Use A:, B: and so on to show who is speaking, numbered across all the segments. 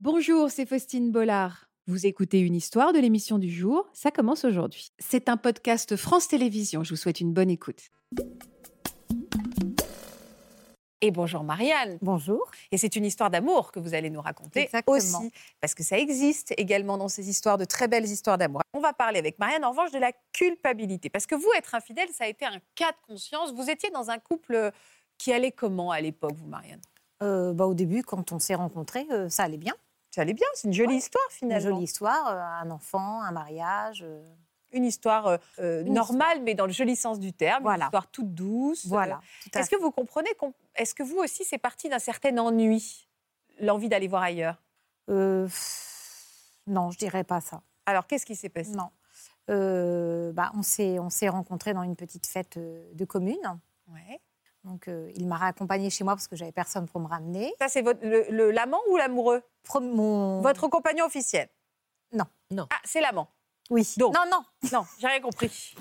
A: Bonjour, c'est Faustine Bollard. Vous écoutez une histoire de l'émission du jour, ça commence aujourd'hui. C'est un podcast France Télévisions, je vous souhaite une bonne écoute. Et bonjour Marianne.
B: Bonjour.
A: Et c'est une histoire d'amour que vous allez nous raconter
B: Exactement.
A: aussi, parce que ça existe également dans ces histoires, de très belles histoires d'amour. On va parler avec Marianne en revanche de la culpabilité, parce que vous, être infidèle, ça a été un cas de conscience. Vous étiez dans un couple qui allait comment à l'époque, vous, Marianne
B: Euh, bah, au début, quand on s'est rencontrés, euh, ça allait bien.
A: Ça allait bien, c'est une jolie
B: Ouais.
A: histoire
B: Une
A: finalement.
B: jolie histoire, euh, un enfant, un mariage. euh,
A: Une histoire euh, euh,
B: Une
A: normale, mais dans le joli sens du terme, une
B: Voilà.
A: histoire toute douce.
B: voilà. tout à
A: Est-ce que vous comprenez qu'on- Est-ce que vous aussi, c'est parti d'un certain ennui, l'envie d'aller voir ailleurs
B: fait. Euh, pff, non, je dirais pas ça.
A: Alors, qu'est-ce qui s'est passé
B: Non. Euh, bah, on s'est on s'est rencontrés dans une petite fête euh, de commune.
A: Ouais.
B: Donc, euh, il m'a raccompagnée chez moi parce que j'avais personne pour me ramener.
A: Ça, c'est votre- le- le- l'amant ou l'amoureux
B: Pro- mon...
A: Votre compagnon officiel
B: Non.
C: Non.
A: Ah, c'est l'amant.
B: Oui.
A: Donc.
B: Non, non.
A: Non, j'ai rien compris.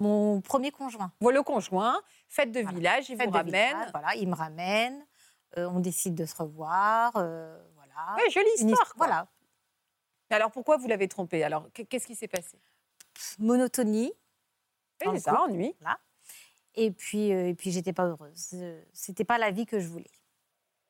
B: Mon premier conjoint.
A: Voilà le conjoint, fête de
B: Voilà.
A: village, il
B: Fête
A: vous
B: de
A: ramène.
B: village, voilà, il me ramène. Euh, on décide de se revoir. euh, voilà.
A: Ouais, jolie
B: Une
A: histoire. quoi.
B: Voilà.
A: Alors, pourquoi vous l'avez trompé Alors, qu- qu'est-ce qui s'est passé
B: Monotonie.
A: Oui,
B: Dans
A: C'est
B: le
A: ça,
B: couple.
A: ennui.
B: Et puis, euh, et puis j'étais pas heureuse. Euh, C'était pas la vie que je voulais.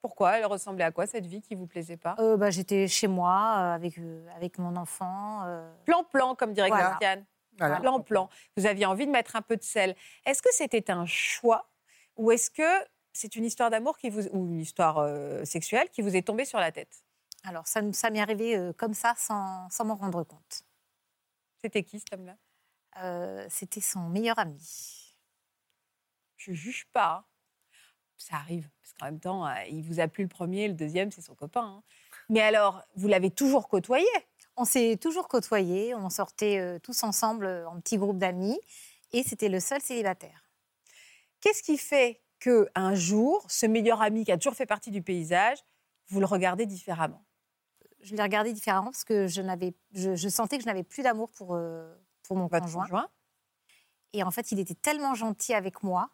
A: Pourquoi Elle ressemblait à quoi, cette vie qui vous plaisait pas
B: Euh, bah, j'étais chez moi euh, avec, euh, avec mon enfant. euh,
A: Plan-plan, comme dirait
B: Voilà.
A: Christiane.
B: Voilà.
A: Plan-plan. Vous aviez envie de mettre un peu de sel. Est-ce que c'était un choix ou est-ce que c'est une histoire d'amour qui vous ou une histoire euh, sexuelle qui vous est tombée sur la tête
B: Alors, ça, me- ça m'est arrivé euh, comme ça, sans, sans m'en rendre compte.
A: C'était qui cet homme-là
B: Euh, c'était son meilleur ami.
A: Je juge pas. hein. Ça arrive parce qu'en même temps, euh, il vous a plu le premier, le deuxième, c'est son copain. hein. Mais alors, vous l'avez toujours côtoyé
B: On s'est toujours côtoyés, on sortait euh, tous ensemble euh, en petit groupe d'amis, et c'était le seul célibataire.
A: Qu'est-ce qui fait que un jour, ce meilleur ami qui a toujours fait partie du paysage, vous le regardez différemment
B: Je l'ai regardé différemment parce que je, n'avais, je, je sentais que je n'avais plus d'amour pour, euh, pour mon
A: Votre
B: conjoint.
A: conjoint
B: Et en fait, il était tellement gentil avec moi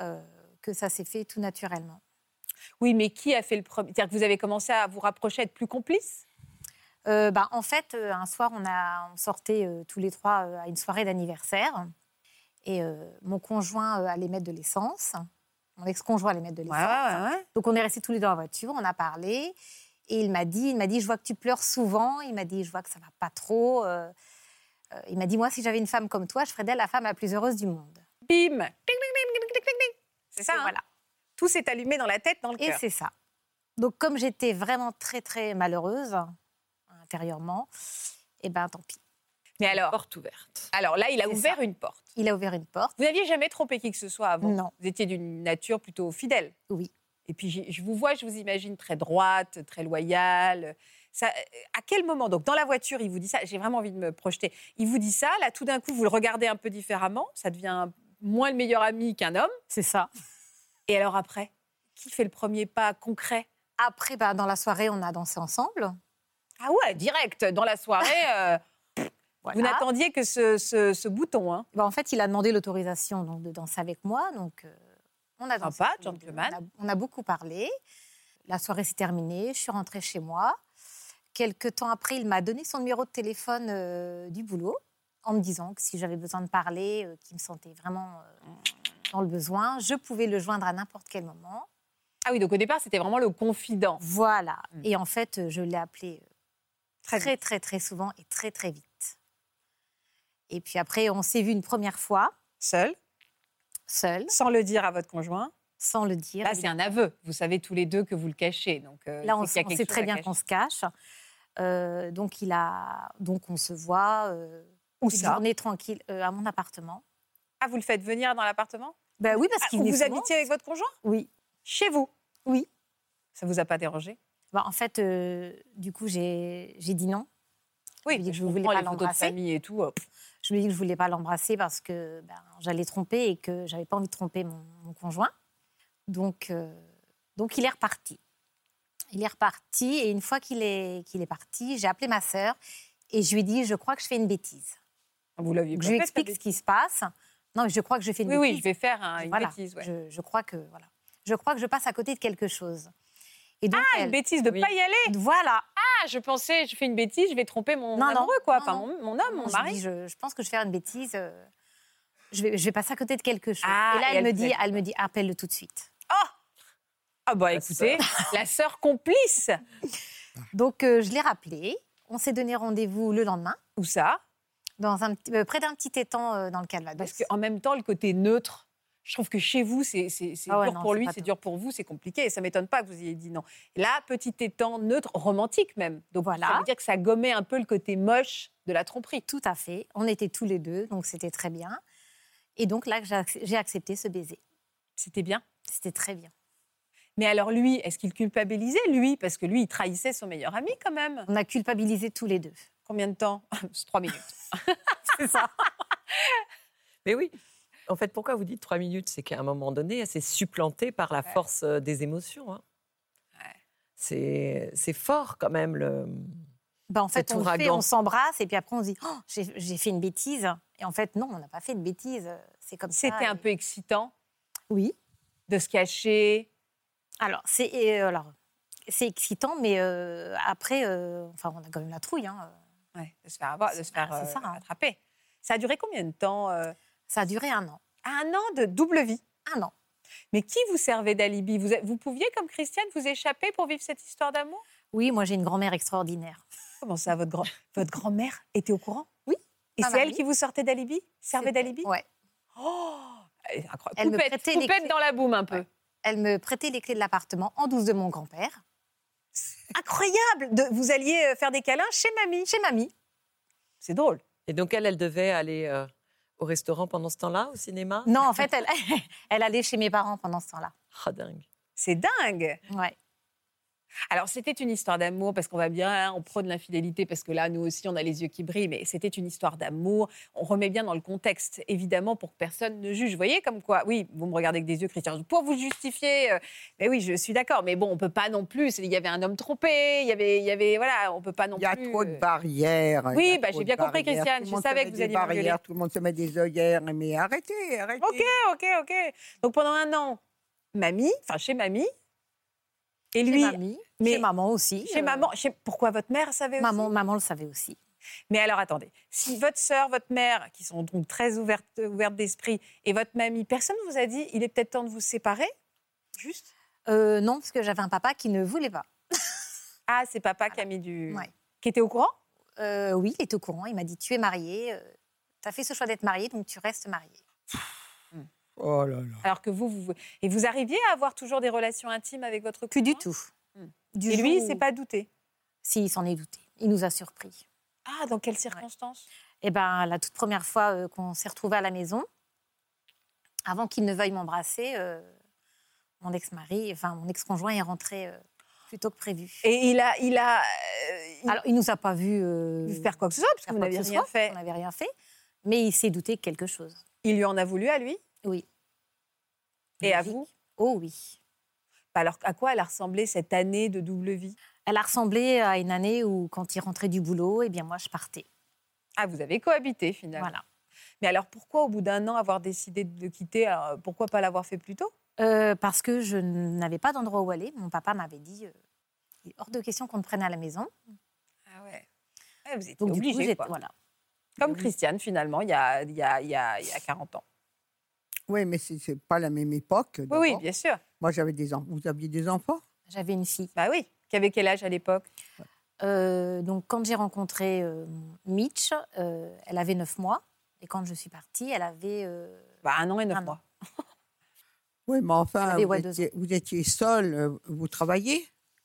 B: euh, que ça s'est fait tout naturellement.
A: Oui, mais qui a fait le premier C'est-à-dire que vous avez commencé à vous rapprocher, à être plus complice
B: Euh, bah, en fait, euh, un soir, on, a, on sortait euh, tous les trois euh, à une soirée d'anniversaire. Et euh, mon conjoint euh, allait mettre de l'essence. Mon ex-conjoint allait mettre de l'essence.
A: ouais.
B: Donc, on est restés tous les deux dans la voiture, on a parlé. Et il m'a dit, il m'a dit, je vois que tu pleures souvent. Il m'a dit, je vois que ça va pas trop. Euh, euh, il m'a dit, moi, si j'avais une femme comme toi, je ferais d'elle la femme la plus heureuse du monde.
A: Bim Ding, ding, ding, ding, ding, ding, ding. C'est ça,
B: Et
A: hein
B: voilà.
A: Tout s'est allumé dans la tête, dans le
B: Et
A: cœur.
B: c'est ça. Donc, comme j'étais vraiment très, très malheureuse hein, intérieurement, eh ben tant pis.
A: Mais alors,
C: Porte ouverte.
A: alors là, il a
B: C'est
A: ouvert une porte.
B: Il a ouvert une porte.
A: Vous n'aviez jamais trompé qui que ce soit avant
B: Non.
A: Vous étiez d'une nature plutôt fidèle.
B: Oui.
A: Et puis, j'ai- je vous vois, je vous imagine très droite, très loyale. Ça, euh, à quel moment Donc, dans la voiture, il vous dit ça. J'ai vraiment envie de me projeter. Il vous dit ça. Là, tout d'un coup, vous le regardez un peu différemment. Ça devient moins le meilleur ami qu'un homme.
B: C'est ça.
A: Et alors après, qui fait le premier pas concret
B: Après, ben, dans la soirée, on a dansé ensemble.
A: Ah ouais, direct, dans la soirée. euh,
B: Voilà.
A: Vous n'attendiez que ce, ce- ce bouton. Hein.
B: Ben, en fait, il a demandé l'autorisation donc, de danser avec moi. Donc, euh, on a dansé.
A: Sympa,
B: tous les deux.
A: gentleman.
B: On a, on a beaucoup parlé. La soirée s'est terminée. Je suis rentrée chez moi. Quelque temps après, il m'a donné son numéro de téléphone euh, du boulot en me disant que si j'avais besoin de parler, euh, qu'il me sentait vraiment euh, dans le besoin, je pouvais le joindre à n'importe quel moment.
A: Ah oui, donc au départ, c'était vraiment le confident.
B: Voilà.
A: Mm.
B: Et en fait, euh, je l'ai appelé euh,
A: Très
B: très, très, très, souvent et très, très vite. Et puis après, on s'est vu une première fois,
A: Seul,
B: seul,
A: sans le dire à votre conjoint.
B: sans le dire.
A: Là, c'est un aveu. Vous savez tous les deux que vous le cachez. Donc, euh,
B: Là, on,
A: c'est qu'il y a
B: on
A: quelque
B: sait
A: chose
B: très
A: à
B: bien
A: cacher.
B: qu'on se cache. Euh, donc, il a... donc, on se voit euh,
A: Où
B: une
A: ça
B: journée tranquille euh, à mon appartement.
A: Ah, vous le faites venir dans l'appartement
B: Ben oui, parce
A: Ah,
B: qu'il
A: où
B: venait
A: Vous
B: souvent.
A: habitiez avec votre conjoint
B: Oui.
A: Chez vous
B: Oui.
A: Ça vous a pas dérangé
B: Ben, en fait, euh, du coup, j'ai j'ai dit non.
A: Oui,
B: Je lui ai dit que je
A: je
B: voulais
A: prends
B: pas
A: les photos de
B: l'embrasser.
A: famille et tout. hop.
B: Je lui ai dit que je voulais pas l'embrasser parce que ben, j'allais tromper et que j'avais pas envie de tromper mon, mon conjoint. Donc, euh, donc il est reparti. Il est reparti et une fois qu'il est, qu'il est parti, j'ai appelé ma sœur et je lui ai dit je crois que je fais une bêtise.
A: Vous l'aviez
B: Donc,
A: pas
B: je lui
A: fait, la
B: explique
A: bêtise
B: ce qui se passe. Non, mais je crois que je fais une
A: Oui,
B: bêtise.
A: oui, je vais faire hein, une
B: Voilà,
A: bêtise. ouais.
B: je, je crois que voilà, je crois que je passe à côté de quelque chose. Et donc,
A: Ah, une
B: elle-
A: bêtise de ne
C: Oui.
A: pas y aller.
B: Voilà.
A: Ah, je pensais, je fais une bêtise, je vais tromper mon
B: Non, non.
A: amoureux, quoi.
B: Non,
A: enfin,
B: non.
A: Mon, mon homme, mon
B: Je
A: mari.
B: dis, je, je pense que je vais faire une bêtise. euh, je, vais, je vais passer à côté de quelque chose.
A: Ah,
B: et là,
A: et
B: elle,
A: elle
B: me
A: vous
B: dit,
A: a dit
B: elle me dit, appelle-le tout de suite.
A: Ah, bah
C: La
A: écoutez, la sœur complice.
B: Donc, euh, je l'ai rappelé. On s'est donné rendez-vous le lendemain,
A: Ou ça
B: dans un, petit- euh, près d'un petit étang euh, dans le Calvados.
A: Parce qu'en même temps, le côté neutre, je trouve que chez vous, c'est c'est- c'est
B: Ah ouais,
A: dur
B: non,
A: pour
B: c'est
A: lui,
B: pas
A: c'est
B: top.
A: dur pour vous, c'est compliqué. Et ça m'étonne pas que vous ayez dit non. Là, petit étang neutre, romantique même. Donc
B: Voilà.
A: ça veut dire que ça gommait un peu le côté moche de la tromperie.
B: Tout à fait. On était tous les deux, donc c'était très bien. Et donc là, j'ai ac- j'ai accepté ce baiser.
A: C'était bien.
B: C'était très bien.
A: Mais alors lui, est-ce qu'il culpabilisait lui Parce que lui, il trahissait son meilleur ami quand même.
B: On a culpabilisé tous les deux.
A: Combien de temps C'est Trois minutes.
B: C'est ça.
C: Mais oui. En fait, pourquoi vous dites trois minutes C'est qu'à un moment donné, elle s'est supplantée par la
A: Ouais.
C: force euh, des émotions. hein. C'est c'est fort quand même. Le...
B: Bah, en fait,
C: Cet
B: on, le fait,
C: ouragan.
B: on s'embrasse et puis après, on se dit, Oh, j'ai j'ai fait une bêtise. Et en fait, non, on n'a pas fait de bêtise. C'est comme ça.
A: C'était un
B: et-
A: peu excitant
B: Oui.
A: de se cacher.
B: Alors, c'est et, euh, alors, c'est excitant, mais euh, après, euh, enfin, on a quand même la trouille. hein.
A: Ouais, de se faire avoir, de se
B: C'est-
A: faire
B: ah, c'est
A: euh,
B: ça, hein.
A: attraper. Ça a duré combien de temps euh,
B: Ça a duré un an.
A: Un an de double vie.
B: Un an.
A: Mais qui vous servait d'alibi vous, vous pouviez, comme Christiane, vous échapper pour vivre cette histoire d'amour
B: Oui, moi, j'ai une grand-mère extraordinaire.
A: Comment ça, votre, grand- votre grand-mère était au courant
B: Ah bah Oui,
A: Et
B: ma
A: c'est elle
B: mamie.
A: qui vous sortait d'alibi Servait
B: C'est-
A: d'alibi
B: Ouais.
A: Oh elle est incroyable.
B: Elle me
A: Poupette,
B: prêtait les
A: poupette
B: clés.
A: dans la boum un peu.
B: Ouais. Elle me prêtait les clés de l'appartement en douce de mon grand-père. Incroyable de-
A: Vous alliez euh, faire des câlins chez mamie.
B: Chez mamie.
A: C'est drôle.
C: Et donc, elle, elle devait aller euh, au restaurant pendant ce temps-là, au cinéma
B: Non, en fait, elle, elle allait chez mes parents pendant ce temps-là.
C: Ah, dingue.
A: C'est dingue.
B: Ouais.
A: Alors, c'était une histoire d'amour, parce qu'on va bien, hein, on prône l'infidélité, parce que là, nous aussi, on a les yeux qui brillent, mais c'était une histoire d'amour. On remet bien dans le contexte, évidemment, pour que personne ne juge. Vous voyez, comme quoi, oui, vous me regardez avec des yeux, Christian, pour vous justifier, euh, mais oui, je suis d'accord, mais bon, on peut pas non plus. Il y avait un homme trompé, il y avait, il y avait voilà, on peut pas non
D: Il y a
A: plus.
D: trop de
A: euh,
D: barrières. il y
A: Oui,
D: a
A: bah,
D: trop
A: j'ai
D: de
A: bien compris,
D: barrières.
A: Christiane,
D: Tout le
A: je
D: monde
A: savais
D: se
A: que
D: met
A: vous
D: des
A: alliez m'engueuler.
D: barrières, Tout le monde se met des œillères, mais arrêtez, arrêtez.
A: Ok, Ah, ok, ok. Donc, pendant un an, mamie, enfin, chez mamie, et lui,
B: chez mamie.
A: mais-
B: Chez maman aussi.
A: chez
B: euh,
A: maman, chez- pourquoi votre mère savait aussi
B: Maman, maman le savait aussi.
A: Mais alors attendez, si votre sœur, votre mère, qui sont donc très ouvertes, ouvertes d'esprit, et votre mamie, personne ne vous a dit, il est peut-être temps de vous séparer Juste
B: Euh, non, parce que j'avais un papa qui ne voulait pas.
A: Ah, c'est papa qui a mis du...
B: Ouais.
A: Qui était au courant
B: Euh, oui, il est au courant. Il m'a dit, tu es mariée. tu as fait ce choix d'être mariée, donc tu restes mariée.
D: Oh là là.
A: Alors que vous, vous... Et vous arriviez à avoir toujours des relations intimes avec votre
B: Plus
A: copain
B: du tout.
A: Hmm.
B: Du
A: Et lui, il
B: jour
A: s'est
B: où-
A: pas douté
B: Si, il s'en est douté. Il nous a surpris.
A: Ah, dans quelles circonstances
B: Eh ben, la toute première fois euh, qu'on s'est retrouvés à la maison, avant qu'il ne veuille m'embrasser, euh, mon ex-mari, enfin mon ex-conjoint est rentré euh, plus tôt que prévu.
A: Et il a... Il a euh, il-
B: Alors, il nous a pas vu euh,
A: vous faire quoi que ce soit, parce que
B: faire
A: vous
B: quoi
A: n'aviez
B: ce
A: rien
B: soit,
A: fait.
B: On n'avait rien fait, mais il s'est douté de quelque chose.
A: Il lui en a voulu à lui
B: Oui.
A: et à
B: Logique.
A: vous.
B: Oh oui.
A: Alors à quoi elle a ressemblé cette année de double vie
B: Elle a ressemblé à une année où, quand il rentrait du boulot, eh bien moi je partais.
A: Ah, vous avez cohabité finalement.
B: Voilà.
A: Mais alors pourquoi au bout d'un an avoir décidé de le quitter alors, euh, Pourquoi pas l'avoir fait plus tôt
B: Euh, parce que je n'avais pas d'endroit où aller. Mon papa m'avait dit, euh, il est hors de question qu'on te prenne à la maison.
A: Ah ouais. Ouais, vous étiez
B: Donc du coup,
A: obligé,
B: j'ai-
A: quoi.
B: voilà.
A: Comme Christiane finalement, il y a, il y a- il y a- il y a 40 ans.
D: Oui, mais c'est c'est pas la même époque.
A: Oui,
D: d'abord.
A: oui, bien sûr.
D: Moi, j'avais des enfants. Vous aviez des enfants
B: J'avais une fille.
A: Bah oui. Qu'avait quel âge à l'époque
B: Euh, donc, quand j'ai rencontré euh, Mitch, euh, elle avait 9 mois. Et quand je suis partie, elle avait. euh,
A: bah, Un an et neuf
B: Un an.
A: mois.
D: Oui, mais enfin,
B: J'avais,
D: vous
B: ouais, deux
D: étiez, vous étiez seul, euh, vous travailliez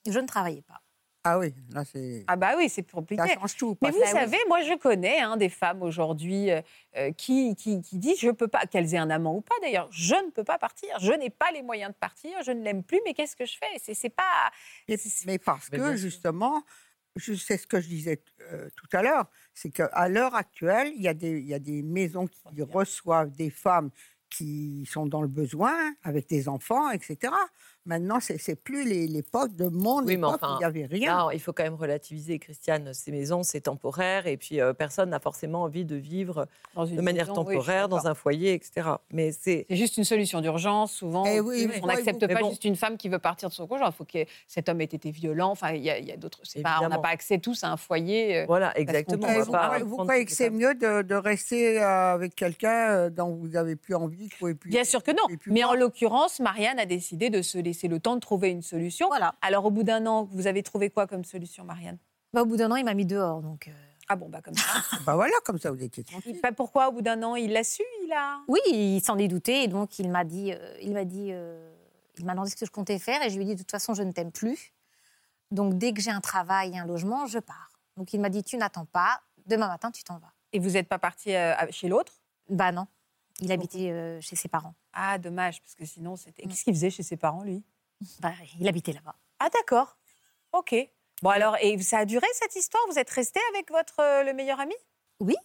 B: Je ne travaillais pas.
D: Ah oui, là, c'est.
A: Ah bah oui, c'est compliqué.
D: Ça change tout.
A: Mais
D: parce
B: Bah
A: vous
D: que-
A: savez, moi je connais hein, des femmes aujourd'hui euh, euh, qui, qui, qui disent je peux pas, qu'elles aient un amant ou pas d'ailleurs, je ne peux pas partir, je n'ai pas les moyens de partir, je ne l'aime plus, mais qu'est-ce que je fais C'est c'est pas.
D: Mais, mais parce
C: Mais bien
D: que
C: sûr.
D: justement, je sais ce que je disais euh, tout à l'heure, c'est qu'à l'heure actuelle, il y, a des- il y a des maisons qui reçoivent des femmes qui sont dans le besoin, avec des enfants, etc. Maintenant, c'est c'est plus les- l'époque de mon
C: Oui, mais
D: époque
C: enfin,
D: où il n'y avait rien.
C: Là, il faut quand même relativiser, Christiane. Ces maisons, c'est temporaire. Et puis, euh, personne n'a forcément envie de vivre de manière temporaire dans un foyer, etc. Mais c'est.
A: C'est juste une solution d'urgence, souvent.
D: Eh oui,
A: on
D: oui,
A: n'accepte
C: oui.
D: oui,
A: pas
C: Mais bon.
A: juste une femme qui veut partir de son conjoint. Il faut que cet homme ait été violent. Enfin, il y a, il y a d'autres. c'est pas- on n'a
C: Évidemment.
A: pas accès tous à un foyer. euh,
C: Voilà,
A: qu'on
C: exactement.
A: peut-
C: on
D: Eh,
C: va
D: vous,
C: pas
D: croyez, vous
C: prendre toutes
D: croyez que
C: les
D: c'est
C: femmes.
D: mieux de, de rester euh, avec quelqu'un euh, dont vous n'avez plus envie, que vous pouvez plus-
A: Bien sûr que non.
D: et puis
A: Mais en
D: voir.
A: l'occurrence, Marianne a décidé de se laisser le temps de trouver une solution.
B: Voilà.
A: Alors, au bout d'un an, vous avez trouvé quoi comme solution, Marianne
B: Bah, au bout d'un an, il m'a mis dehors. Donc, euh,
A: Ah bon, bah comme ça.
D: Bah voilà, comme ça, vous étiez tranquille.
A: Il- pas pourquoi, au bout d'un an, il l'a su, il a.
B: Oui, il s'en est douté et donc il m'a dit, euh, il m'a dit, euh, il m'a demandé ce que je comptais faire et je lui ai dit de toute façon je ne t'aime plus. Donc dès que j'ai un travail et un logement, je pars. Donc il m'a dit tu n'attends pas, demain matin tu t'en vas.
A: Et vous n'êtes pas parti euh, à- chez l'autre
B: Bah non, il habitait euh, chez ses parents.
A: Ah, dommage, parce que sinon, c'était.
B: Mm.
A: Qu'est-ce qu'il faisait chez ses parents, lui
B: Bah, il habitait là-bas.
A: Ah, d'accord. OK. Bon, alors, et ça a duré cette histoire Vous êtes resté avec votre euh, le meilleur ami
B: Oui.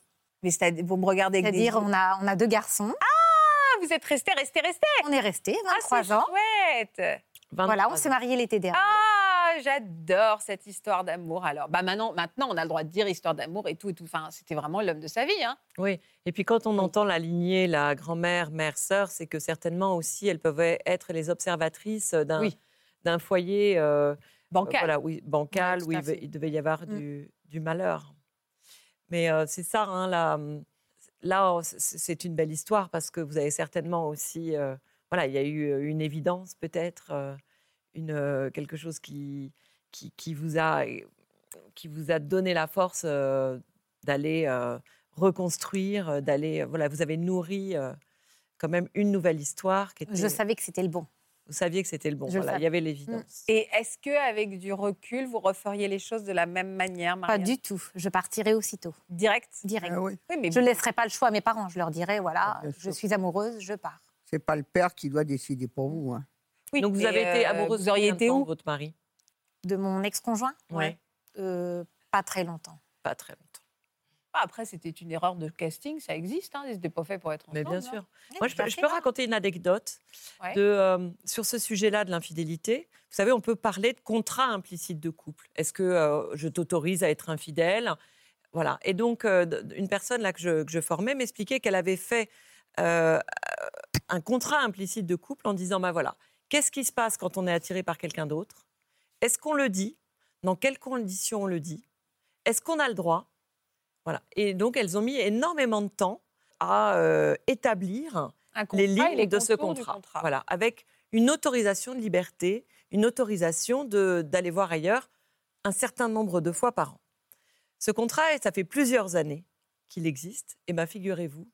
A: Mais c'est-à-dire- vous me regardez avec des
B: C'est-à-dire
A: yeux-
B: on a on a deux garçons,
A: Ah, vous êtes resté, resté, resté
B: on est restés
A: Ah,
B: 23 ans.
A: c'est chouette
B: Voilà,
C: 23
B: on s'est mariés l'été dernier.
A: Ah, j'adore cette histoire d'amour. Alors, bah maintenant, maintenant, on a le droit de dire histoire d'amour et tout et tout. Enfin, c'était vraiment l'homme de sa vie. Hein.
C: Oui, et puis quand on entend la lignée, la grand-mère, mère, sœur, c'est que certainement aussi elles peuvent être les observatrices d'un
A: Oui.
C: d'un foyer euh,
A: Bancal.
C: voilà, oui, bancal
A: Ouais, tout
C: où il,
A: à
C: ve-
A: fait. Mmh.
C: il devait y avoir
B: Mm.
C: du, du malheur. Mais euh, c'est ça, hein, là, hum, là on- c- c'est une belle histoire parce que vous avez certainement aussi, euh, voilà, il y a eu euh, une évidence peut-être, euh, une euh, quelque chose qui, qui qui vous a qui vous a donné la force euh, d'aller euh, reconstruire, euh, d'aller, euh, voilà, vous avez nourri euh, quand même une nouvelle histoire qui était,
B: Je savais que c'était le bon.
C: vous saviez que c'était le bon,
B: Je le
C: voilà, il y
B: savais.
C: avait
A: Mmh.
C: l'évidence.
A: Et est-ce que, avec du recul, vous referiez les choses de la même manière,
B: Pas
A: Marianne
B: du tout. Je partirai aussitôt,
A: direct.
B: direct.
D: Ah oui.
A: Oui, mais
B: Je ne laisserai pas le choix à mes parents. Je leur dirai voilà,
D: Ah, bien
B: je
D: sûr.
B: suis amoureuse, je pars.
D: C'est pas le père qui doit décider pour vous. hein.
A: oui,
C: Donc vous
A: mais,
C: avez été
A: euh,
C: amoureuse,
A: Vous auriez
C: combien de
A: été
C: temps,
A: où
C: votre mari
B: De mon ex-conjoint.
C: Ouais.
B: Euh, pas très longtemps.
C: Pas très longtemps.
A: Ah, Après, c'était une erreur de casting, ça existe. Hein. C'était pas fait pour être ensemble.
C: Mais bien
A: hein.
C: sûr. Moi, je peux, je peux raconter une anecdote
A: Ouais.
C: de, euh, sur ce sujet-là de l'infidélité. Vous savez, on peut parler de contrat implicite de couple. Est-ce que euh, je t'autorise à être infidèle Voilà. Et donc, euh, d- une personne là que je, que je formais m'expliquait qu'elle avait fait euh, un contrat implicite de couple en disant, bah voilà, qu'est-ce qui se passe quand on est attiré par quelqu'un d'autre Est-ce qu'on le dit Dans quelles conditions on le dit Est-ce qu'on a le droit Voilà. Et donc, elles ont mis énormément de temps à euh, établir
A: Un
C: les
A: contrat et
C: lignes de ce
A: contours du
C: contrat. Voilà, avec une autorisation de liberté, une autorisation de- d'aller voir ailleurs un certain nombre de fois par an. Ce contrat, et ça fait plusieurs années qu'il existe. Et bien, figurez-vous,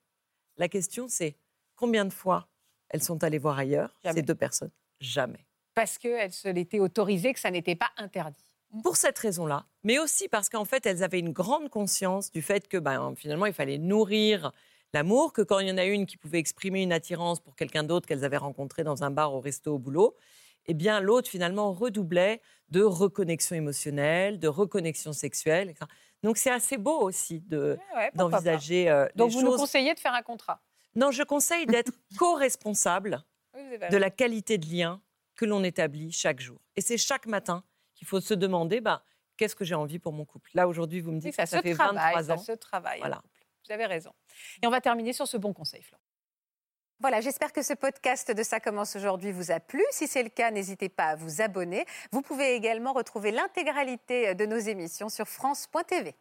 C: la question c'est combien de fois elles sont allées voir ailleurs,
A: Jamais.
C: ces deux personnes Jamais.
A: Parce qu'elle se l'était autorisée, que ça n'était pas interdit.
C: Pour cette raison-là, mais aussi parce qu'en fait, elles avaient une grande conscience du fait que ben, finalement, il fallait nourrir l'amour, que quand il y en a une qui pouvait exprimer une attirance pour quelqu'un d'autre qu'elles avaient rencontré dans un bar, au resto, au boulot, eh bien, l'autre finalement redoublait de reconnexion émotionnelle, de reconnexion sexuelle. etc. Donc, c'est assez beau aussi de-
A: Ouais, ouais, pourquoi pas.
C: d'envisager euh, les
A: Donc, vous nous
C: choses.
A: conseillez de faire un contrat.
C: non, je conseille d'être co-responsable
A: Oui, vous avez
C: de la qualité de lien que l'on établit chaque jour. Et c'est chaque matin qu'il faut se demander bah, qu'est-ce que j'ai envie pour mon couple. Là, aujourd'hui, vous me
A: Oui,
C: dites
A: ça,
C: que ça
A: se
C: fait
A: travaille,
C: 23
A: ça
C: ans.
A: se travaille.
C: Voilà.
A: un couple. Vous avez raison. Et on va terminer sur ce bon conseil, Florent. Voilà, j'espère que ce podcast de Ça commence aujourd'hui vous a plu. Si c'est le cas, n'hésitez pas à vous abonner. Vous pouvez également retrouver l'intégralité de nos émissions sur France.tv.